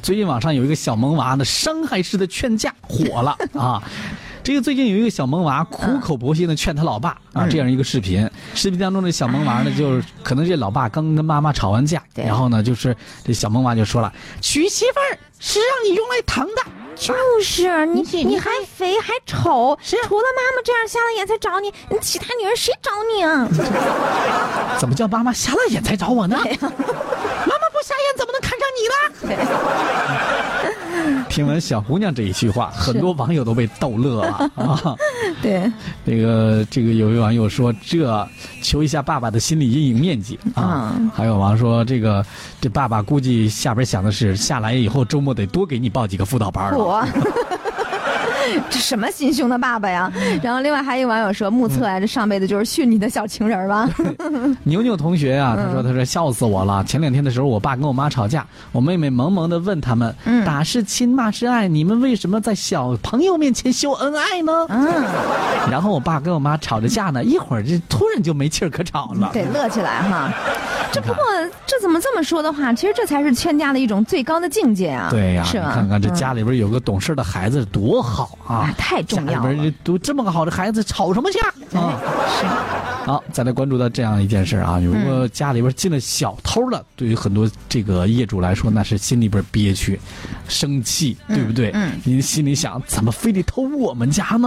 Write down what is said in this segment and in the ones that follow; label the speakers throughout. Speaker 1: 最近网上有一个小萌娃的伤害式的劝架火了啊！这个最近有一个小萌娃苦口婆心的劝他老爸啊，这样一个视频，视频当中的小萌娃呢，就是可能这老爸刚跟妈妈吵完架，
Speaker 2: 对
Speaker 1: 然后呢，就是这小萌娃就说了，娶媳妇儿是让你用来疼的，
Speaker 2: 就是你
Speaker 1: 你啊
Speaker 2: 你
Speaker 1: 你
Speaker 2: 还肥还丑，除了妈妈这样瞎了眼才找你，你其他女人谁找你啊？
Speaker 1: 怎么叫妈妈瞎了眼才找我 呢？妈妈不瞎眼怎么能看上
Speaker 2: 啊
Speaker 1: 你呢？听完小姑娘这一句话，很多网友都被逗乐了啊！
Speaker 2: 对，
Speaker 1: 这个这个有位网友说，这求一下爸爸的心理阴影面积啊。
Speaker 2: 嗯
Speaker 1: 还有网友说，这个这爸爸估计下边想的是，下来以后周末得多给你报几个辅导班了。
Speaker 2: 我。这什么心胸的爸爸呀！然后另外还有网友说，目
Speaker 1: 嗯
Speaker 2: 测呀，这上辈子就是训你的小情人儿 吧？
Speaker 1: 牛牛同学
Speaker 2: 嗯
Speaker 1: 啊，他说他说笑死我了。前两天的时候，我爸跟我妈吵架，我妹妹萌萌的问他们，
Speaker 2: 嗯
Speaker 1: 打是亲，骂是爱，你们为什么在小朋友面前秀恩爱呢？
Speaker 2: 嗯，
Speaker 1: 然后我爸跟我妈吵着架呢，一会儿这突然就没气儿可吵了。
Speaker 2: 得乐起来哈。
Speaker 1: 这
Speaker 2: 不过这怎么这么说的话，其实这才是劝架的一种最高的境界啊！
Speaker 1: 对呀、
Speaker 2: 是
Speaker 1: 你
Speaker 2: 吧？
Speaker 1: 看看这
Speaker 2: 嗯
Speaker 1: 家里边有个懂事的孩子多好啊！
Speaker 2: 啊太重
Speaker 1: 家
Speaker 2: 要
Speaker 1: 里边
Speaker 2: 了哎
Speaker 1: 这都这么个好的孩子，吵什么架啊？好，再来关注到这样一件事儿啊，如
Speaker 2: 嗯
Speaker 1: 果家里边进了小偷了，对于很多这个业主来说，那是心里边憋屈、生气，对不对？
Speaker 2: 嗯
Speaker 1: 您心里想，怎么非得偷我们家呢？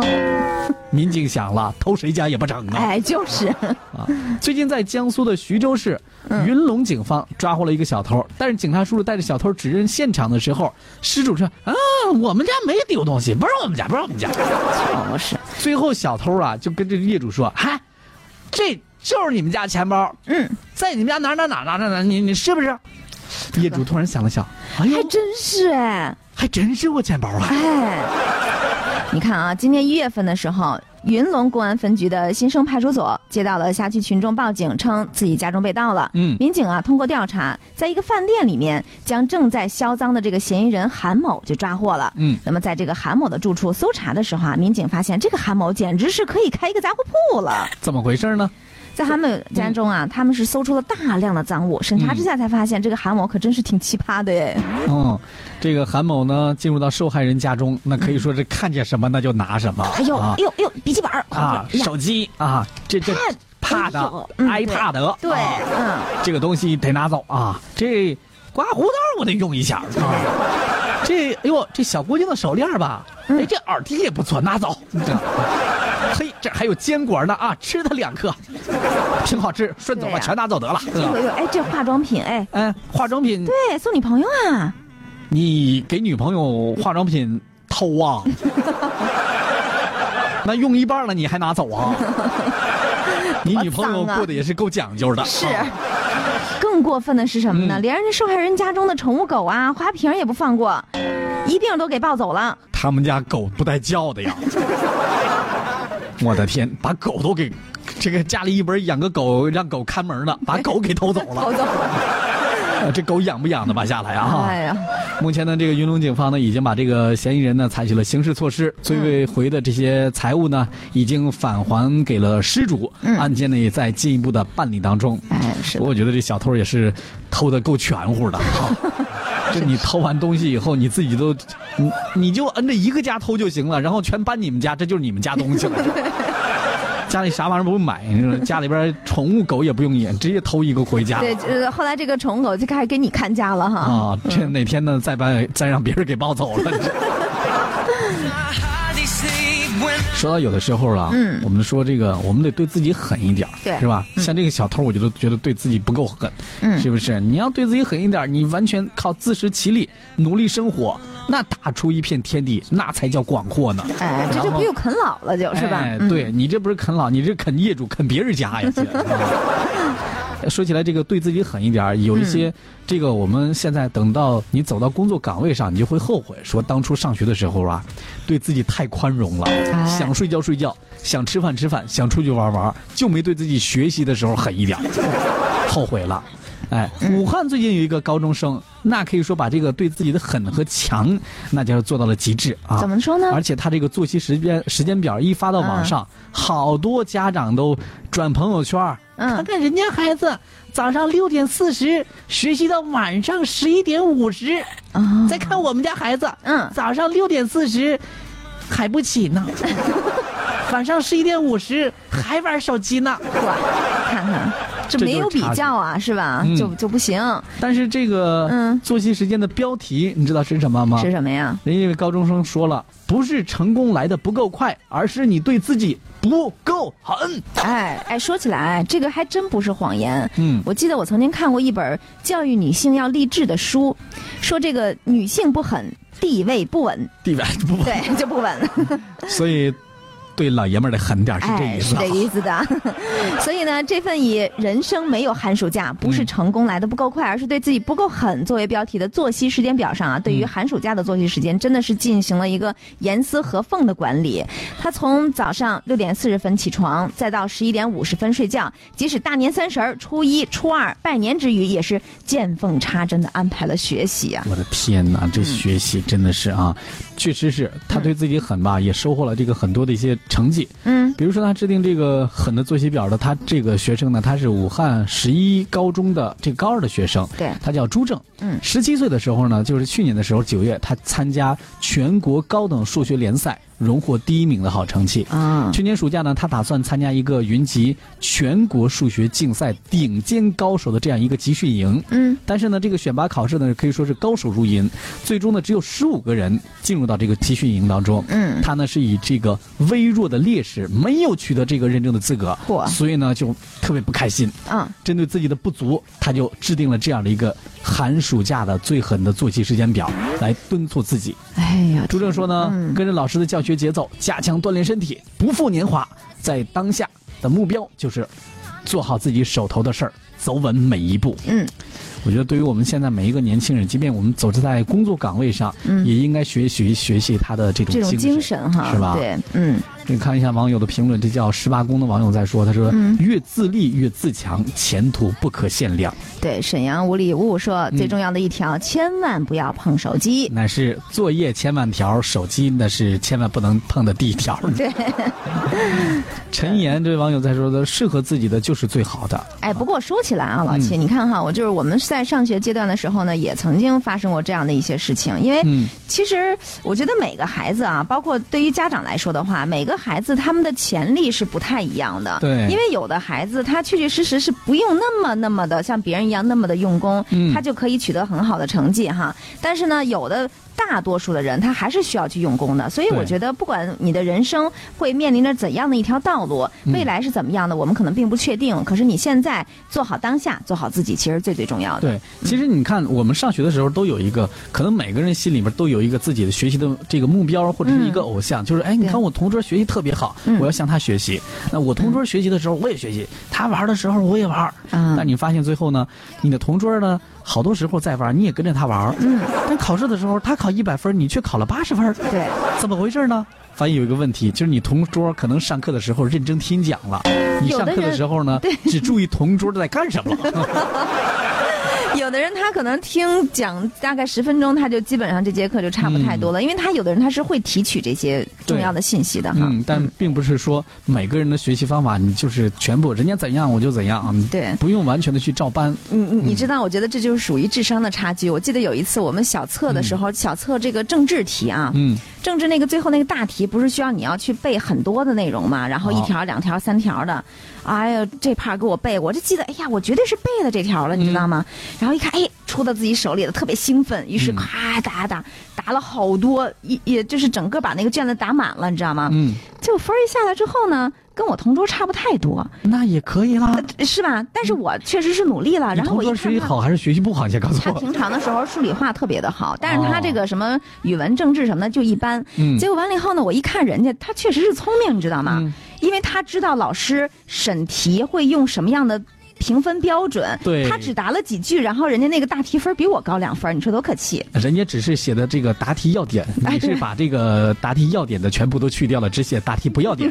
Speaker 1: 民警想了，偷谁家也不成啊！
Speaker 2: 哎， 就是，
Speaker 1: 啊，最近在江苏的徐州市
Speaker 2: 嗯
Speaker 1: 云龙警方抓获了一个小偷，但是警察叔叔带着小偷指认现场的时候，失主说啊，我们家没丢东西，不是我们家，不是我们家。
Speaker 2: 就是，
Speaker 1: 最后小偷啊就跟这业主说，嗨，这就是你们家钱包，
Speaker 2: 嗯，
Speaker 1: 在你们家哪儿哪儿哪儿哪儿哪儿哪儿，你你是不是？业主突然想了想，哎呦
Speaker 2: 还，真是哎，
Speaker 1: 还真是我钱包啊！
Speaker 2: 哎，你看啊，今年一月份的时候，云龙公安分局的新生派出所接到了辖区群众报警，称自己家中被盗了。
Speaker 1: 嗯
Speaker 2: 民警啊，通过调查，在一个饭店里面将正在销赃的这个嫌疑人韩某就抓获了。
Speaker 1: 嗯
Speaker 2: 那么在这个韩某的住处搜查的时候啊，民警发现这个韩某简直是可以开一个杂货 铺了。
Speaker 1: 怎么回事呢？
Speaker 2: 在他们家中
Speaker 1: 嗯
Speaker 2: 啊，他们是搜出了大量的赃物，审查之下才发现这个韩某可真是挺奇葩的耶。
Speaker 1: 嗯，这个韩某呢进入到受害人家中，那可以说是看见什么那就拿什么。
Speaker 2: 哎呦
Speaker 1: 啊
Speaker 2: 哎呦哎呦，笔记本儿
Speaker 1: 啊，
Speaker 2: 哎呀
Speaker 1: 手机啊，这这
Speaker 2: Pad，
Speaker 1: pad
Speaker 2: 哎呦嗯对
Speaker 1: iPad，
Speaker 2: 对，
Speaker 1: 啊
Speaker 2: 嗯。
Speaker 1: 这个东西得拿走啊，这刮胡刀我得用一下啊，这哎呦，这小姑娘的手链吧，
Speaker 2: 嗯
Speaker 1: 哎，这耳钉也不错，拿走。 这嘿，这还有坚果呢啊，吃它两颗，挺好吃，顺走吧，
Speaker 2: 对呀
Speaker 1: 全拿走得了。
Speaker 2: 哎呦呦，哎，这化妆品，哎，
Speaker 1: 嗯，化妆品，
Speaker 2: 对，送你朋友啊，
Speaker 1: 你给女朋友化妆品偷 啊？那用一半了，你还拿走 啊？你女朋友
Speaker 2: 多脏啊
Speaker 1: 过得也是够讲究的。啊
Speaker 2: 更过分的是什么呢？
Speaker 1: 嗯
Speaker 2: 连人家受害人家中的宠物狗啊、花瓶也不放过，一并都给抱走了。
Speaker 1: 他们家狗不带叫的呀！我的天，把狗都给这个家里一本养个狗，让狗看门的，把狗给 偷走了。
Speaker 2: 走。
Speaker 1: 呃这狗养不养的吧？下来啊！
Speaker 2: 哎呀，
Speaker 1: 目前呢，这个云龙警方呢已经把这个嫌疑人呢采取了刑事措施，追未回的这些财物呢已经返还给了失主，
Speaker 2: 嗯
Speaker 1: 案件呢也在进一步的办理当中。
Speaker 2: 哎，是
Speaker 1: 不过
Speaker 2: 的，
Speaker 1: 我觉得这小偷也是偷的够全乎 的。这你偷完东西以后，你自己都，你你就摁着一个家偷就行了，然后全搬你们家，这就是你们家东西 了。家里啥玩意儿不用买，你说家里边宠物狗也不用撵，直接偷一个回家。
Speaker 2: 对，呃，后来这个宠物狗就开始给你看家了哈。
Speaker 1: 啊，这哪天呢再把再让别人给抱走了。
Speaker 3: hardly sleep when
Speaker 1: 说到有的时候了，
Speaker 2: 嗯
Speaker 1: 我们说这个，我们得对自己狠一点儿，
Speaker 2: 对
Speaker 1: 是吧？像这个小偷，我觉得觉得对自己不够狠，
Speaker 2: 嗯
Speaker 1: 是不是？你要对自己狠一点儿，你完全靠自食其力，努力生活，那打出一片天地，那才叫广阔呢。
Speaker 2: 哎，这就
Speaker 1: 然后
Speaker 2: 不用啃老了，就是吧？
Speaker 1: 哎
Speaker 2: 嗯，
Speaker 1: 对你这不是啃老，你这啃业主，啃别人家呀！这 说起来，这个对自己狠一点儿，有一
Speaker 2: 嗯
Speaker 1: 些、这个我们现在等到你走到工作岗位上，你就会后悔，说当初上学的时候啊，对自己太宽容了，
Speaker 2: 哎
Speaker 1: 想睡觉睡觉，想吃饭吃饭，想出去玩玩，就没对自己学习的时候狠一点儿，后悔了。哎，
Speaker 2: 嗯
Speaker 1: 武汉最近有一个高中生，那可以说把这个对自己的狠和强，那就是做到了极致啊。
Speaker 2: 怎么说呢？
Speaker 1: 而且他这个作息时间时间表一发到网
Speaker 2: 啊
Speaker 1: 上，好多家长都转朋友圈儿，
Speaker 2: 嗯
Speaker 1: 看看人家孩子早上六点四十学习到晚上十一点五十，
Speaker 2: 啊，
Speaker 1: 再看我们家孩子，
Speaker 2: 嗯
Speaker 1: 早上六点四十还不起 呢，晚上十一点五十还玩手机呢。
Speaker 2: 看看，这
Speaker 1: 这
Speaker 2: 没
Speaker 1: 就是
Speaker 2: 有比
Speaker 1: 差距
Speaker 2: 较啊，是吧？
Speaker 1: 嗯
Speaker 2: 就就不行，
Speaker 1: 但是这个
Speaker 2: 嗯
Speaker 1: 作息时间的标题，你知道是什么吗？
Speaker 2: 是什么呀？
Speaker 1: 人家一位高中生说了，不是成功来的不够快，而是你对自己不够狠。
Speaker 2: 哎哎，说起来，这个还真不是谎言。
Speaker 1: 嗯
Speaker 2: 我记得我曾经看过一本教育女性要励志的书，说这个女性不狠，地位不稳，
Speaker 1: 地板不稳，
Speaker 2: 对， 就不稳。
Speaker 1: 所以对老爷们儿得狠点儿，是这
Speaker 2: 哎，
Speaker 1: 意思
Speaker 2: 是
Speaker 1: 啊
Speaker 2: 这。意思的。 所以呢，这份以“人生没有寒暑假，不
Speaker 1: 嗯
Speaker 2: 是成功来的不够快，而是对自己不够狠”作为标题的作息时间表上啊，对于
Speaker 1: 嗯
Speaker 2: 寒暑假的作息时间，真的是进行了一个严丝合缝的管理。他从早上六点四十分起床，再到十一点五十分睡觉，即使大年三十儿、初一、初二、拜年之余，也是见缝插针的安排了学习啊。
Speaker 1: 我的天哪，这学习真的是啊，
Speaker 2: 嗯
Speaker 1: 确实是他对自己狠吧，也收获了这个很多的一些成绩。
Speaker 2: 嗯，
Speaker 1: 比如说他制定这个狠的作息表的，他这个学生呢，他是武汉十一高中的这个高二的学生，
Speaker 2: 对
Speaker 1: 他叫朱正。
Speaker 2: 嗯
Speaker 1: 十七岁的时候呢，就是去年的时候九月，他参加全国高等数学联赛，荣获第一名的好成绩。
Speaker 2: 啊，
Speaker 1: 去年暑假呢，他打算参加一个云集全国数学竞赛顶尖高手的这样一个集训营。
Speaker 2: 嗯，
Speaker 1: 但是呢，这个选拔考试呢，可以说是高手如云，最终呢，只有十五个人进入到这个集训营当中。
Speaker 2: 嗯
Speaker 1: 他呢是以这个微弱的劣势，没有取得这个认证的资格
Speaker 2: 嚯，
Speaker 1: 所以呢就特别不开心。
Speaker 2: 啊，
Speaker 1: 针对自己的不足，他就制定了这样的一个寒暑假的最狠的作息时间表，来敦促自己。
Speaker 2: 哎呀，
Speaker 1: 朱正说呢，
Speaker 2: 嗯
Speaker 1: 跟着老师的教学节奏，加强锻炼身体，不负年华。在当下的目标就是做好自己手头的事儿，走稳每一步。
Speaker 2: 嗯，
Speaker 1: 我觉得对于我们现在每一个年轻人，即便我们走在工作岗位上，
Speaker 2: 嗯
Speaker 1: 也应该学习学习他的这种
Speaker 2: 这种精
Speaker 1: 神
Speaker 2: 神哈，
Speaker 1: 是吧？。
Speaker 2: 对，嗯。
Speaker 1: 你看一下网友的评论，这叫十八公的网友在说，他说、
Speaker 2: 嗯
Speaker 1: 越自立越自强，前途不可限量，
Speaker 2: 对，沈阳无礼物说最重要的一
Speaker 1: 嗯
Speaker 2: 条，千万不要碰手机。
Speaker 1: 乃是作业千万条，手机那是千万不能碰的第一条。
Speaker 2: 对，
Speaker 1: 陈岩这位网友在说的，适合自己的就是最好的。
Speaker 2: 哎，不过说起来啊，老
Speaker 1: 嗯
Speaker 2: 七，你看哈，我就是我们在上学阶段的时候呢，也曾经发生过这样的一些事情。因为
Speaker 1: 嗯
Speaker 2: 其实我觉得每个孩子啊，包括对于家长来说的话，每个孩子他们的潜力是不太一样的。
Speaker 1: 对
Speaker 2: 因为有的孩子他确确实实是不用那么那么的像别人一样那么的用功，
Speaker 1: 嗯
Speaker 2: 他就可以取得很好的成绩哈。但是呢，有的大多数的人他还是需要去用功的，所以我
Speaker 1: 对
Speaker 2: 觉得不管你的人生会面临着怎样的一条道路，未来是怎么样的，我们可能并不确定。可是你现在做好当下，做好自己，其实最最重要的。
Speaker 1: 对，其实你看，我们上学的时候都有一个，可能每个人心里边都有一个自己的学习的这个目标或者是一个偶像，就是哎，你
Speaker 2: 嗯对
Speaker 1: 看我同桌学习特别好，
Speaker 2: 嗯
Speaker 1: 我要向他学习。那我同桌学习的时候我也学习，他玩的时候我也玩。
Speaker 2: 嗯
Speaker 1: 但你发现最后呢，你的同桌呢，好多时候在玩，你也跟着他玩。嗯。但考试的时候，他考一百分，你却考了八十分。
Speaker 2: 对。
Speaker 1: 怎么回事呢？发现有一个问题，就是你同桌可能上课的时候认真听讲了，你
Speaker 2: 有
Speaker 1: 上
Speaker 2: 的
Speaker 1: 课的
Speaker 2: 人
Speaker 1: 时候呢，只注意同桌在干什么了。
Speaker 2: 有的人他可能听讲大概十分钟，他就基本上这节课就差不太多了，因为他有的人他是会提取这些重要的信息的哈。
Speaker 1: 嗯，但并不是说每个人的学习方法，你就是全部人家怎样我就怎样啊，你
Speaker 2: 对
Speaker 1: 不用完全的去照搬。
Speaker 2: 你你你知道，我觉得这就是属于智商的差距。我记得有一次我们小测的时候，小测这个政治题啊，
Speaker 1: 嗯，
Speaker 2: 政治那个最后那个大题不是需要你要去背很多的内容嘛，然
Speaker 1: 哦
Speaker 2: 后一条、两条、三条的，哎呀，这 part 给我背，我就记得，哎呀，我绝对是背了这条了，你知道吗？然后一看，哎，出到自己手里了，特别兴奋，于是
Speaker 1: 嗯
Speaker 2: 咔打打打了好多，也也就是整个把那个卷子打满了，你知道吗？
Speaker 1: 嗯，
Speaker 2: 结果分儿一下来之后呢，跟我同桌差不太多，呃
Speaker 1: 那也可以啦。
Speaker 2: 是吧？但是我确实是努力
Speaker 1: 嗯
Speaker 2: 了，
Speaker 1: 你
Speaker 2: 然后
Speaker 1: 同
Speaker 2: 我一
Speaker 1: 桌
Speaker 2: 看
Speaker 1: 学习
Speaker 2: 他
Speaker 1: 好还是学习不好？你先告诉
Speaker 2: 他
Speaker 1: 我。
Speaker 2: 平常的时候数理化特别的好，但是他这个什么语文、政治什么的就一般。
Speaker 1: 哦嗯
Speaker 2: 结果完了以后呢，我一看人家，他确实是聪明，你知道吗？
Speaker 1: 嗯
Speaker 2: 因为他知道老师审题会用什么样的。评分标准，
Speaker 1: 对
Speaker 2: 他只答了几句，然后人家那个大题分比我高两分，你说多可气？
Speaker 1: 人家只是写的这个答题要点，
Speaker 2: 哎
Speaker 1: 你是
Speaker 2: 对
Speaker 1: 把这个答题要点的全部都去掉了，只写答题不要点。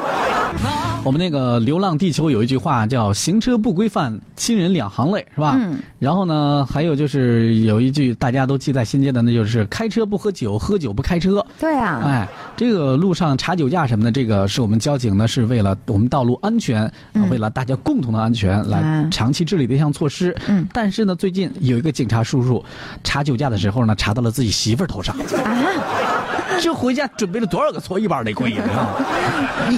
Speaker 1: 我们那个《流浪地球》有一句话叫“行车不规范，亲人两行泪”，是吧？
Speaker 2: 嗯。
Speaker 1: 然后呢，还有就是有一句大家都记在心间的，那就是“开车不喝酒，喝酒不开车”。
Speaker 2: 对啊，
Speaker 1: 哎，这个路上查酒驾什么的，这个是我们交警呢，是为了我们道路安全，
Speaker 2: 嗯
Speaker 1: 为了大家共同的安全来
Speaker 2: 嗯
Speaker 1: 长期治理的一项措施。
Speaker 2: 嗯
Speaker 1: 但是呢，最近有一个警察叔叔查酒驾的时候呢，查到了自己媳妇儿头上，
Speaker 2: 啊，
Speaker 1: 这回家准备了多少个搓衣板得跪呀？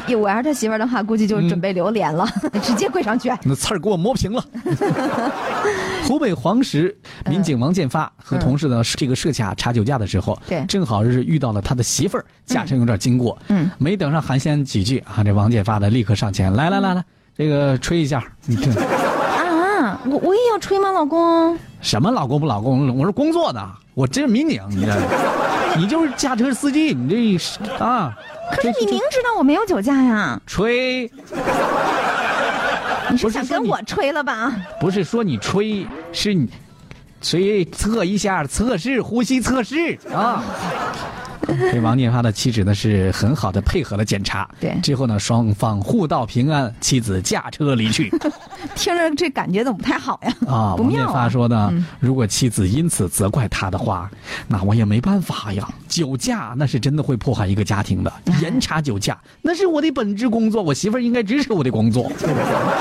Speaker 2: 一我要是他媳妇儿的话，估计
Speaker 1: 嗯
Speaker 2: 就准备榴莲 了，直接跪上去。
Speaker 1: 那刺儿给我磨平了。 湖北黄石民警王建发和同事呢，这个设卡查酒驾的时候，
Speaker 2: 嗯对
Speaker 1: 正好是遇到了他的媳妇儿驾乘有点经过，
Speaker 2: 嗯，
Speaker 1: 没等上寒暄几句啊，这王建发呢立刻上前，来来来来，这个吹一下，你这
Speaker 2: 啊，我我也要吹吗，老公？
Speaker 1: 什么老公不老公？我是工作的，我这是民警，你这，你就是驾车司机，你这是啊，
Speaker 2: 可是
Speaker 1: 吹
Speaker 2: 你明知道我没有酒驾呀，
Speaker 1: 吹
Speaker 2: 你是
Speaker 1: 不是
Speaker 2: 想
Speaker 1: 说
Speaker 2: 跟
Speaker 1: 你
Speaker 2: 我吹了吧？
Speaker 1: 不是说你吹，是你随测一下测试呼吸测试啊。这王建发的妻子呢是很好的配合了检查，
Speaker 2: 对
Speaker 1: 之后呢双方互道平安，妻子驾车离 去
Speaker 2: 听着这感觉怎么不太好呀？
Speaker 1: 啊。
Speaker 2: 不
Speaker 1: 王建
Speaker 2: 妙
Speaker 1: 发
Speaker 2: 啊！
Speaker 1: 说呢，如果妻子因此责怪他的话，那我也没办法呀。酒驾那是真的会破坏一个家庭的，
Speaker 2: 哎
Speaker 1: 严查酒驾那是我的本职工作，我媳妇儿应该支持我的工作。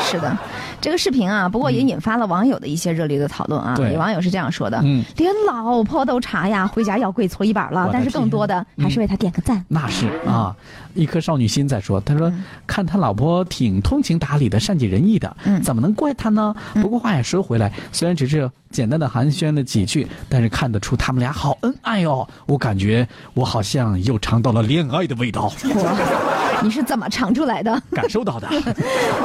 Speaker 2: 是的，这个视频啊，不过也引发了网友的一些热烈的讨论啊。
Speaker 1: 嗯对
Speaker 2: 有网友是这样说的：
Speaker 1: 嗯
Speaker 2: 连老婆都查呀，回家要跪搓衣板
Speaker 1: 我
Speaker 2: 了
Speaker 1: 的。
Speaker 2: 但是
Speaker 1: 天
Speaker 2: 更多的还是为他点个赞。
Speaker 1: 那是
Speaker 2: 嗯
Speaker 1: 啊，一颗少女心在说，他说、看他老婆挺通情达理的，善解人意的，
Speaker 2: 嗯
Speaker 1: 怎么能怪他呢？不过话也说回来，虽然只是简单的寒暄了几句，但是看得出他们俩好恩爱哦。我感觉我好像又尝到了恋爱的味道，
Speaker 2: 我，
Speaker 1: 嗯
Speaker 2: 你是怎么尝出 来的？
Speaker 1: 感受 到的。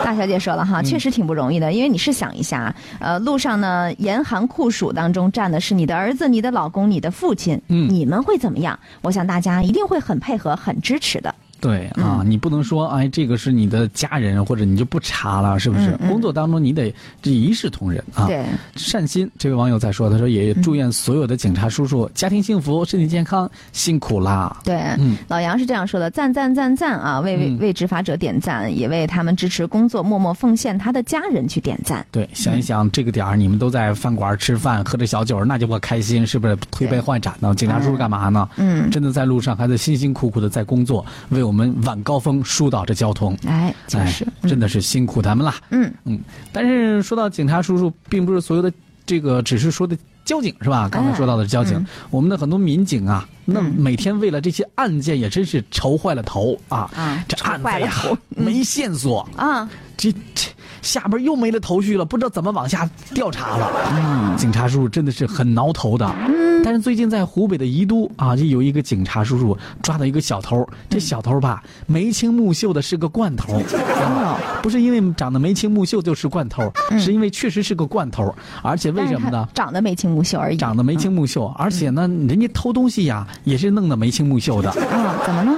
Speaker 2: 大小姐说了
Speaker 1: 嗯
Speaker 2: 哈，确实挺不容易的，因为你试想一下，呃，路上呢严寒酷暑当中站的是你的儿子、你的老公、你的父亲，
Speaker 1: 嗯
Speaker 2: 你们会怎么样？我想大家一定会很配合、很支持的。
Speaker 1: 对啊，
Speaker 2: 嗯
Speaker 1: 你不能说哎，这个是你的家人，或者你就不查了，是不是？
Speaker 2: 嗯嗯
Speaker 1: 工作当中你得这一视同仁啊。
Speaker 2: 对，
Speaker 1: 善心这位网友在说，他说也祝愿所有的警察叔叔家庭幸福、身体健康，辛苦啦。
Speaker 2: 对，
Speaker 1: 嗯
Speaker 2: 老杨是这样说的：赞赞赞赞啊，为为
Speaker 1: 嗯
Speaker 2: 为执法者点赞，也为他们支持工作默默奉献他的家人去点赞。
Speaker 1: 对，想一想这个点儿，你们都在饭馆吃饭，喝着小酒，那就不开心，是不是？推杯换盏呢？警察叔叔干嘛呢？
Speaker 2: 嗯，
Speaker 1: 真的在路上还在辛辛苦苦的在工作，为我们晚高峰疏导着交通。
Speaker 2: 哎，就是，
Speaker 1: 哎，真的是辛苦他们了。
Speaker 2: 嗯，
Speaker 1: 嗯，但是说到警察叔叔，并不是所有的这个只是说的交警是吧？刚才说到的交警，
Speaker 2: 嗯
Speaker 1: 我们的很多民警啊，那
Speaker 2: 嗯
Speaker 1: 每天为了这些案件也真是愁坏了头啊。
Speaker 2: 啊
Speaker 1: 这案
Speaker 2: 愁
Speaker 1: 子
Speaker 2: 坏了
Speaker 1: 呀，没线索，
Speaker 2: 啊，
Speaker 1: 这这下边又没了头绪了，不知道怎么往下调查了。嗯警察叔叔真的是很挠头的。嗯，但是最近在湖北的宜都啊，就有一个警察叔叔抓到一个小偷，这
Speaker 2: 嗯
Speaker 1: 小偷吧眉清目秀的是个惯头。啊
Speaker 2: 哦，嗯
Speaker 1: 不是因为长得眉清目秀就是惯头，是因为确实是个惯头，而且为
Speaker 2: 但是
Speaker 1: 什么
Speaker 2: 他嗯
Speaker 1: 呢？
Speaker 2: 长得眉清目秀而已。
Speaker 1: 长得眉清目秀，而且呢，人家偷东西呀也是弄得眉清目秀的，
Speaker 2: 啊，怎么了？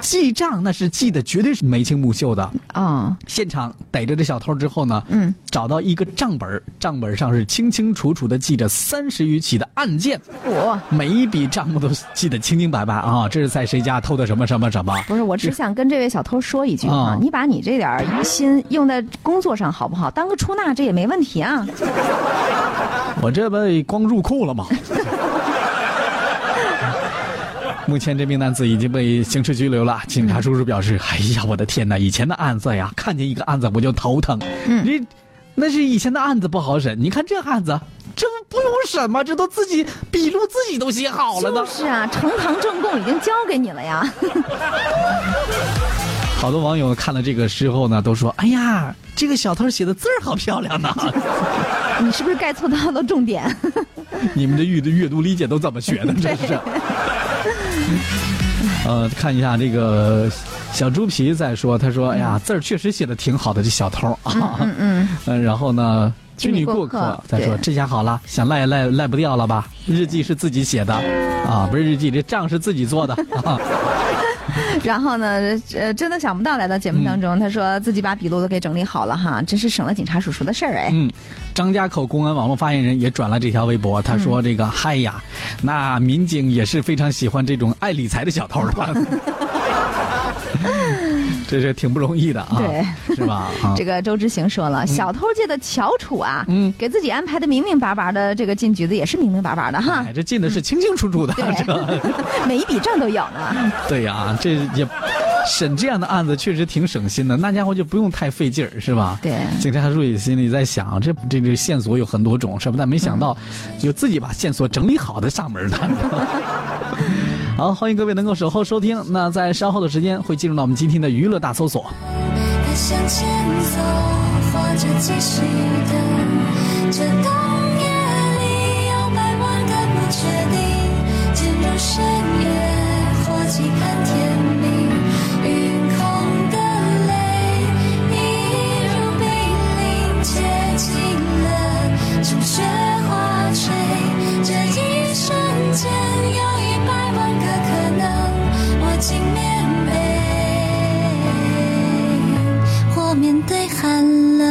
Speaker 1: 记账那是记的绝对是眉清目秀的。
Speaker 2: 啊，
Speaker 1: 现场逮着这小偷之后呢，
Speaker 2: 嗯，
Speaker 1: 找到一个账本儿，账本上是清清楚楚的记着三十余起的案件，
Speaker 2: 我。
Speaker 1: 每一笔账目都记得清清白白啊，这是在谁家偷的什么什么什么。
Speaker 2: 不是，我只想跟这位小偷说一句
Speaker 1: 啊
Speaker 2: 啊，你把你这点儿疑心用在工作上好不好？当个出纳这也没问题啊。
Speaker 1: 我这不光入库了吗？ 目前这名男子已经被刑事拘留了。警察叔叔表示：“哎呀，我的天哪！以前的案子呀，看见一个案子我就头疼。
Speaker 2: 嗯
Speaker 1: 你那是以前的案子不好审，你看这案子，这不用审吗？这都自己笔录自己都写好了呢。
Speaker 2: 就是啊，呈堂证供已经交给你了呀。
Speaker 1: 好多网友看了这个之后呢，都说：“哎呀，这个小偷写的字儿好漂亮呢！啊
Speaker 2: 你是不是 get 到了重点？
Speaker 1: 你们这阅读阅读理解都怎么学的？真是。呃，看一下这个小猪皮在说，他说：“哎呀，字儿确实写的挺好的，这小偷啊。”嗯 嗯。然后呢，
Speaker 2: 居
Speaker 1: 居民
Speaker 2: 民过
Speaker 1: 过
Speaker 2: 客
Speaker 1: 客在说：“
Speaker 2: 对
Speaker 1: 这下好了，想赖也赖赖不掉了吧？日记是自己写的啊，不是日记，这账是自己做的啊。
Speaker 2: 然后呢，呃，真的想不到来到节目当
Speaker 1: 嗯
Speaker 2: 中，他说自己把笔录都给整理好了哈，真是省了警察叔叔的事儿哎。
Speaker 1: 嗯，张家口公安网络发言人也转了这条微博，他
Speaker 2: 嗯
Speaker 1: 说：“这个、嗨呀， 那民警也是非常喜欢这种爱理财的小偷的。”这是挺不容易的啊，
Speaker 2: 对
Speaker 1: 是吧？啊
Speaker 2: 这个周之行说了，小偷界的翘楚啊，
Speaker 1: 嗯
Speaker 2: 给自己安排的明明白白的，这个进局子也是明明白白的哈
Speaker 1: 哎，，这进的是清清楚楚的，这
Speaker 2: 对， 每一笔账都有呢。
Speaker 1: 对呀、这也审这样的案子确实挺省心的，那家伙就不用太费劲儿，是吧？
Speaker 2: 对
Speaker 1: 警察叔也心里在想，这这这线索有很多种，是吧？但没想到，就自己把线索整理好的上门的。好，欢迎各位能够守候收听。那在稍后的时间会进入到我们今天的娱乐大搜索。
Speaker 3: 该向前走，或者继续等。这冬夜里有百万个不确定，进入深夜或期盼天明。云空的泪一如冰凌，接近了初雪花吹。这一瞬间有一百万个可能，我竟面对或面对寒冷。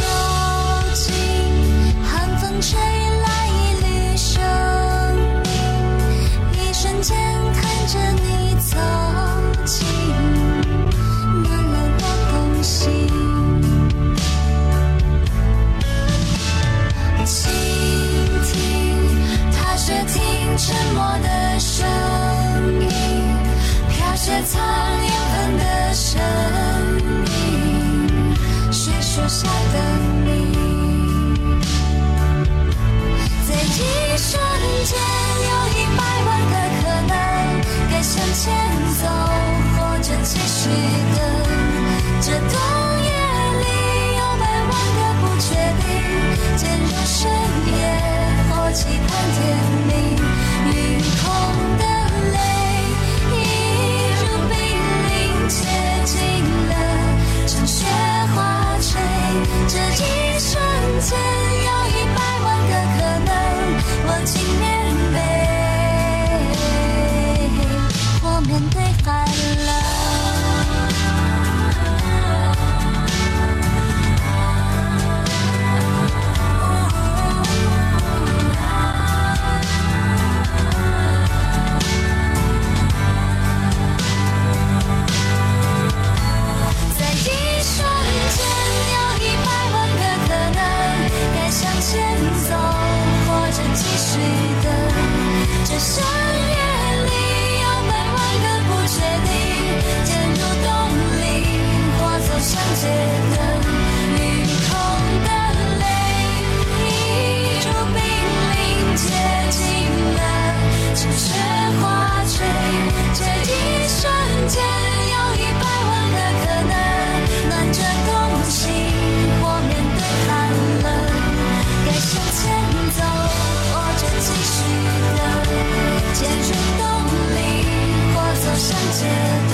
Speaker 3: 幽静，寒风吹来一缕生命，一瞬间看着你走近，暖了我空心。倾听踏雪听沉默的声音，飘雪藏永恒的身影，雪说下的你。在一瞬间，有一百万个可能，该向前走，或者继续等。这冬夜里，有百万个不确定，渐入深夜，或期盼天明。云空的泪，一如冰凌，接近了趁雪花吹。这一瞬间，有一百万个可能，我竟面对，我面对寒冷。在一瞬间，有一百万个可能，该向前走，或者继续等。这深夜里，有百万个不确定，潜入冬里，或走向街灯。云空的泪，一如冰凌，接近了趁雪花吹。这一瞬间，有一百万个可能，暖着冬心，或面对寒冷。该向前走，或者继续等，潜入冬里，或走向街头。